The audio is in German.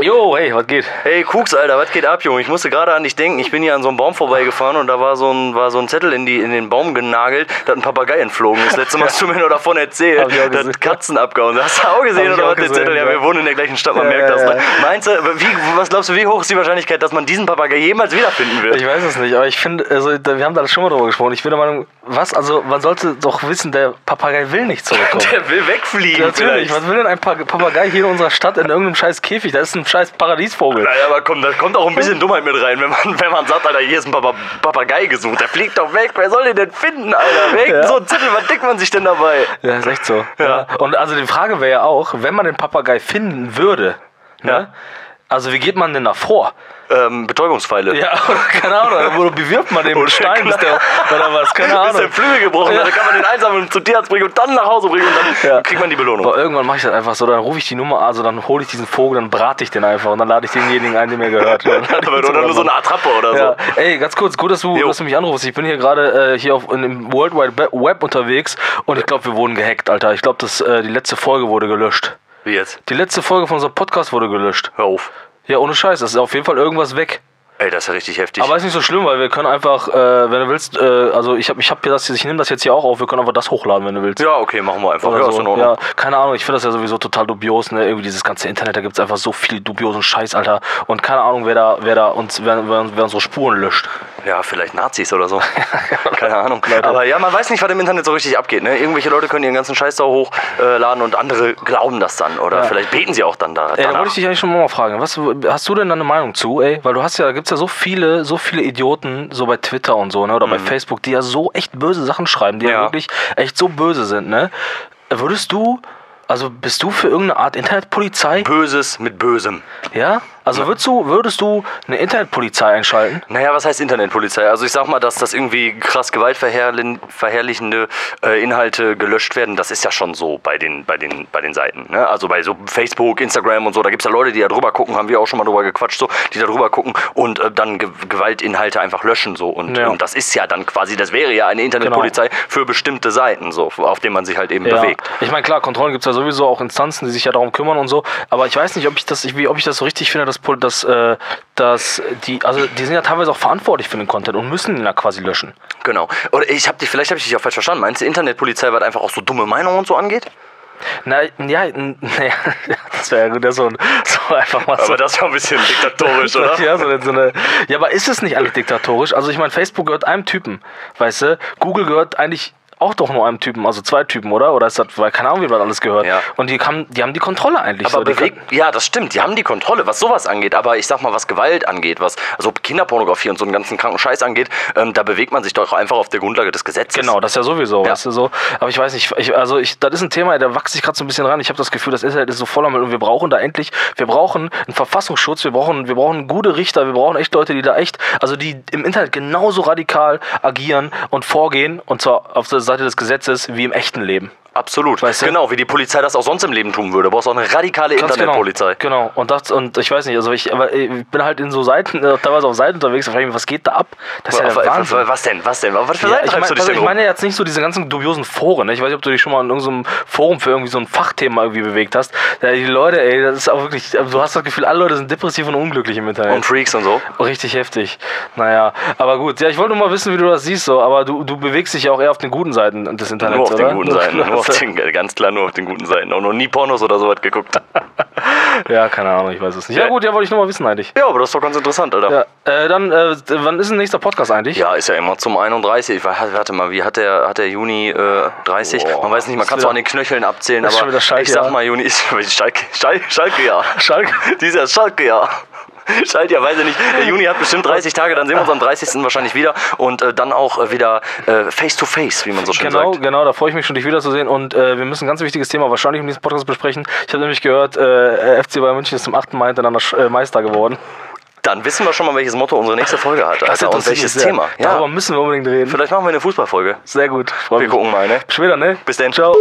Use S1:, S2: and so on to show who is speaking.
S1: Jo, hey, was geht?
S2: Hey Kuks, Alter, was geht ab, Junge? Ich musste gerade an dich denken. Ich bin hier an so einem Baum vorbeigefahren und da war so ein, war so ein Zettel in, die, in den Baum genagelt, da hat ein Papagei entflogen. ist. Das letzte Mal hast du mir nur davon
S1: Hab
S2: erzählt,
S1: ich auch
S2: da
S1: gesehen.
S2: hat Katzen abgehauen. Hast du auch gesehen
S1: Hab ich
S2: oder
S1: auch
S2: was, den
S1: gesehen,
S2: Zettel? Ja,
S1: ja.
S2: wir wohnen in der gleichen Stadt, man
S1: Ja,
S2: merkt
S1: ja,
S2: das. Ne?
S1: ja.
S2: Meinst du, wie, was glaubst du, wie hoch ist die Wahrscheinlichkeit, dass man diesen Papagei jemals wiederfinden wird?
S1: Ich weiß es nicht, aber ich finde, also da- wir haben da schon mal drüber gesprochen. Ich bin der Meinung, was? Also man sollte doch wissen, der Papagei will nicht zurückkommen.
S2: Der will wegfliegen
S1: Natürlich,
S2: vielleicht.
S1: was will denn ein Pa- Papagei hier in unserer Stadt in irgendeinem scheiß Käfig? Da ist ein scheiß Paradiesvogel.
S2: Naja, aber komm, da kommt auch ein bisschen Dummheit mit rein, wenn man, wenn man sagt, Alter, hier ist ein Papa, Papagei gesucht. Der fliegt doch weg. Wer soll den denn finden, Alter? Weg,
S1: Ja.
S2: so ein Zettel, was denkt man sich denn dabei?
S1: Ja, ist echt so.
S2: Ja.
S1: Und also die Frage wäre ja auch, wenn man den Papagei finden würde, ne? also wie geht man denn da vor?
S2: Ähm, Betäubungspfeile.
S1: Ja, oder keine Ahnung, oder bewirbt man den mit
S2: Oder
S1: Stein bis der, oder was, keine
S2: Bis
S1: Ahnung.
S2: der Flügel gebrochen
S1: Ja.
S2: hat, dann kann man den einsammeln, zum Tierarzt bringen und dann nach Hause bringen und dann
S1: Ja.
S2: kriegt man die Belohnung.
S1: Aber irgendwann mache ich das einfach so, dann rufe ich die Nummer, also dann hole ich diesen Vogel, dann brate ich den einfach und dann lade ich denjenigen ein, der mir gehört. Und dann lade ich
S2: Aber
S1: ihn
S2: oder
S1: zum
S2: nur so eine Attrappe oder
S1: Ja.
S2: so.
S1: Ey, ganz kurz, gut, dass du,
S2: Jo.
S1: dass du mich anrufst. Ich bin hier gerade äh, hier auf in dem World Wide Be- Web unterwegs und ich glaube, wir wurden gehackt, Alter. Ich glaube, dass, äh, die letzte Folge wurde gelöscht.
S2: Wie jetzt?
S1: Die letzte Folge von unserem Podcast wurde gelöscht.
S2: Hör auf.
S1: Ja, ohne Scheiß, das ist auf jeden Fall irgendwas weg.
S2: Ey, das ist ja richtig heftig.
S1: Aber ist nicht so schlimm, weil wir können einfach, äh, wenn du willst, äh, also ich habe ich hab hier das, ich nehme das jetzt hier auch auf, wir können einfach das hochladen, wenn du willst.
S2: ja, okay, machen wir einfach.
S1: Oder
S2: Ja, ist in
S1: so.
S2: Ordnung.
S1: ja, keine Ahnung, ich finde das ja sowieso total dubios, ne? Irgendwie dieses ganze Internet, da gibt es einfach so viel dubiosen Scheiß, Alter. Und keine Ahnung, wer da, wer da uns, wer, wer, wer unsere Spuren löscht.
S2: Ja, vielleicht Nazis oder so.
S1: genau.
S2: Keine Ahnung. Aber ja, man weiß nicht, was im Internet so richtig abgeht. Ne? Irgendwelche Leute können ihren ganzen Scheiß da hochladen und andere glauben das dann. Oder
S1: Ja.
S2: vielleicht beten sie auch dann da.
S1: Ey, da
S2: danach.
S1: wollte ich dich eigentlich schon mal fragen. Was hast du denn da eine Meinung zu, ey? Weil du hast ja, da gibt's ja so viele, so viele Idioten, so bei Twitter und so, ne? Oder bei Facebook, die ja so echt böse Sachen schreiben, die ja.
S2: Mhm. Ja.
S1: wirklich echt so böse sind, ne? Würdest du, also bist du für irgendeine Art Internetpolizei?
S2: Böses mit Bösem.
S1: Ja? Also
S2: Ne.
S1: würdest du, würdest du eine Internetpolizei einschalten?
S2: Naja, was heißt Internetpolizei? Also ich sag mal, dass das irgendwie krass gewaltverherrlichende äh, Inhalte gelöscht werden, das ist ja schon so bei den, bei den, bei den Seiten. Ne? Also bei so Facebook, Instagram und so, da gibt es ja Leute, die da drüber gucken, haben wir auch schon mal drüber gequatscht, so, die da drüber gucken und äh, dann Ge Gewaltinhalte einfach löschen so. Und,
S1: Ja.
S2: und das ist ja Genau. dann quasi, das wäre ja eine Internetpolizei für bestimmte Seiten, so, auf denen man sich halt eben bewegt.
S1: Ich meine, klar, Kontrollen gibt es ja sowieso auch Instanzen, die sich ja darum kümmern und so. Aber ich weiß nicht, ob ich das, ich, wie- ob ich das so richtig finde, dass, Pol- dass, äh, dass die, also die sind ja teilweise auch verantwortlich für den Content und müssen ihn ja quasi löschen.
S2: Genau. Oder ich hab dich, vielleicht habe ich dich auch falsch verstanden. Meinst du Internetpolizei, weil einfach auch so dumme Meinungen und so angeht?
S1: Na, ja, n- naja, das wäre ja gut, das so, ein- so einfach mal so.
S2: Aber das war ein bisschen diktatorisch, oder?
S1: Ja, so eine, so eine, ja, aber ist es nicht eigentlich diktatorisch? Also ich meine, Facebook gehört einem Typen, weißt du? Google gehört eigentlich auch doch nur einem Typen, also zwei Typen, oder? Oder ist das, weil keine Ahnung, wie man alles gehört.
S2: Ja.
S1: Und die haben, die haben die Kontrolle eigentlich.
S2: Aber
S1: so. Die
S2: bewegt, ja, das stimmt. Die haben die Kontrolle, was sowas angeht. Aber ich sag mal, was Gewalt angeht, was also Kinderpornografie und so einen ganzen kranken Scheiß angeht, ähm, da bewegt man sich doch einfach auf der Grundlage des Gesetzes.
S1: Genau, das ja sowieso,
S2: Ja.
S1: weißt du so. Aber ich weiß nicht, ich, also ich, das ist ein Thema, da wachse ich gerade so ein bisschen ran. Ich habe das Gefühl, das Internet ist so voller Müll und wir brauchen da endlich, wir brauchen einen Verfassungsschutz, wir brauchen, wir brauchen gute Richter, wir brauchen echt Leute, die da echt, also die im Internet genauso radikal agieren und vorgehen und zwar auf der Seite des Gesetzes wie im echten Leben.
S2: Absolut.
S1: Weißt du?
S2: Genau, wie die Polizei das auch sonst im Leben tun würde. Du brauchst auch eine radikale
S1: Ganz
S2: Internetpolizei.
S1: Genau, genau. Und, das, und ich weiß nicht, also ich, aber ich bin halt in so Seiten, äh, teilweise auf Seiten unterwegs, da frage ich mich, was geht da ab? Das ist ja der
S2: was,
S1: Wahnsinn.
S2: was denn? Was denn? Auf Was für
S1: Ja,
S2: Seiten
S1: ich, mein,
S2: treibst du dich
S1: also
S2: denn
S1: ich
S2: rum?
S1: meine jetzt nicht so diese ganzen dubiosen Foren. Ne? Ich weiß nicht, ob du dich schon mal in irgendeinem Forum für irgendwie so ein Fachthema irgendwie bewegt hast. Ja, die Leute, ey, das ist auch wirklich, also du hast das Gefühl, alle Leute sind depressiv und unglücklich im Internet.
S2: Und Freaks und so.
S1: Richtig heftig. Naja, aber gut. Ja, ich wollte nur mal wissen, wie du das siehst so. Aber du, du bewegst dich ja auch eher auf den guten Seiten des Internets,
S2: Nur auf
S1: Halt oder?
S2: den guten Seiten. Nur auf
S1: Also,
S2: den, ganz klar nur auf den guten Seiten. Auch noch nie Pornos oder sowas geguckt.
S1: Ja, keine Ahnung, ich weiß es nicht. Ja
S2: Ja.
S1: gut, ja, wollte ich nur mal wissen eigentlich.
S2: Ja, aber das ist doch ganz interessant, Alter.
S1: Ja, äh, dann, äh, wann ist denn nächster Podcast eigentlich?
S2: Ja, ist ja immer zum 31. Ich weiß- Warte mal, wie hat der, hat der Juni äh, 30?
S1: Boah,
S2: man weiß nicht, man
S1: ist
S2: kann es auch
S1: wieder-
S2: an den Knöcheln abzählen,
S1: Das ist schon
S2: aber
S1: wieder Schalke,
S2: ich sag
S1: ja.
S2: mal, Juni ist Schalke, Schalke, Schalke ja.
S1: Schalke.
S2: Dieser Schalke ja. Schalke ja, weiß ich nicht. Der Juni hat bestimmt 30 Tage, dann sehen wir uns am 30. wahrscheinlich wieder und äh, dann auch äh, wieder äh, face to face, wie man so schön
S1: Genau,
S2: sagt.
S1: genau, da freue ich mich schon, dich wiederzusehen. Und äh, wir müssen ein ganz wichtiges Thema wahrscheinlich im nächsten Podcast besprechen. Ich habe nämlich gehört, äh, FC Bayern München ist zum achten Mal hintereinander Sch- äh, Meister geworden.
S2: Dann wissen wir schon mal, welches Motto unsere nächste Folge hat, Alter, und
S1: interessiert
S2: welches
S1: mich sehr.
S2: Thema.
S1: Darüber
S2: Ja,
S1: müssen wir unbedingt reden.
S2: vielleicht machen wir eine Fußballfolge.
S1: Sehr gut. Freu
S2: Wir
S1: mich.
S2: gucken mal, ne?
S1: Bis später, ne?
S2: Bis dann.
S1: Ciao.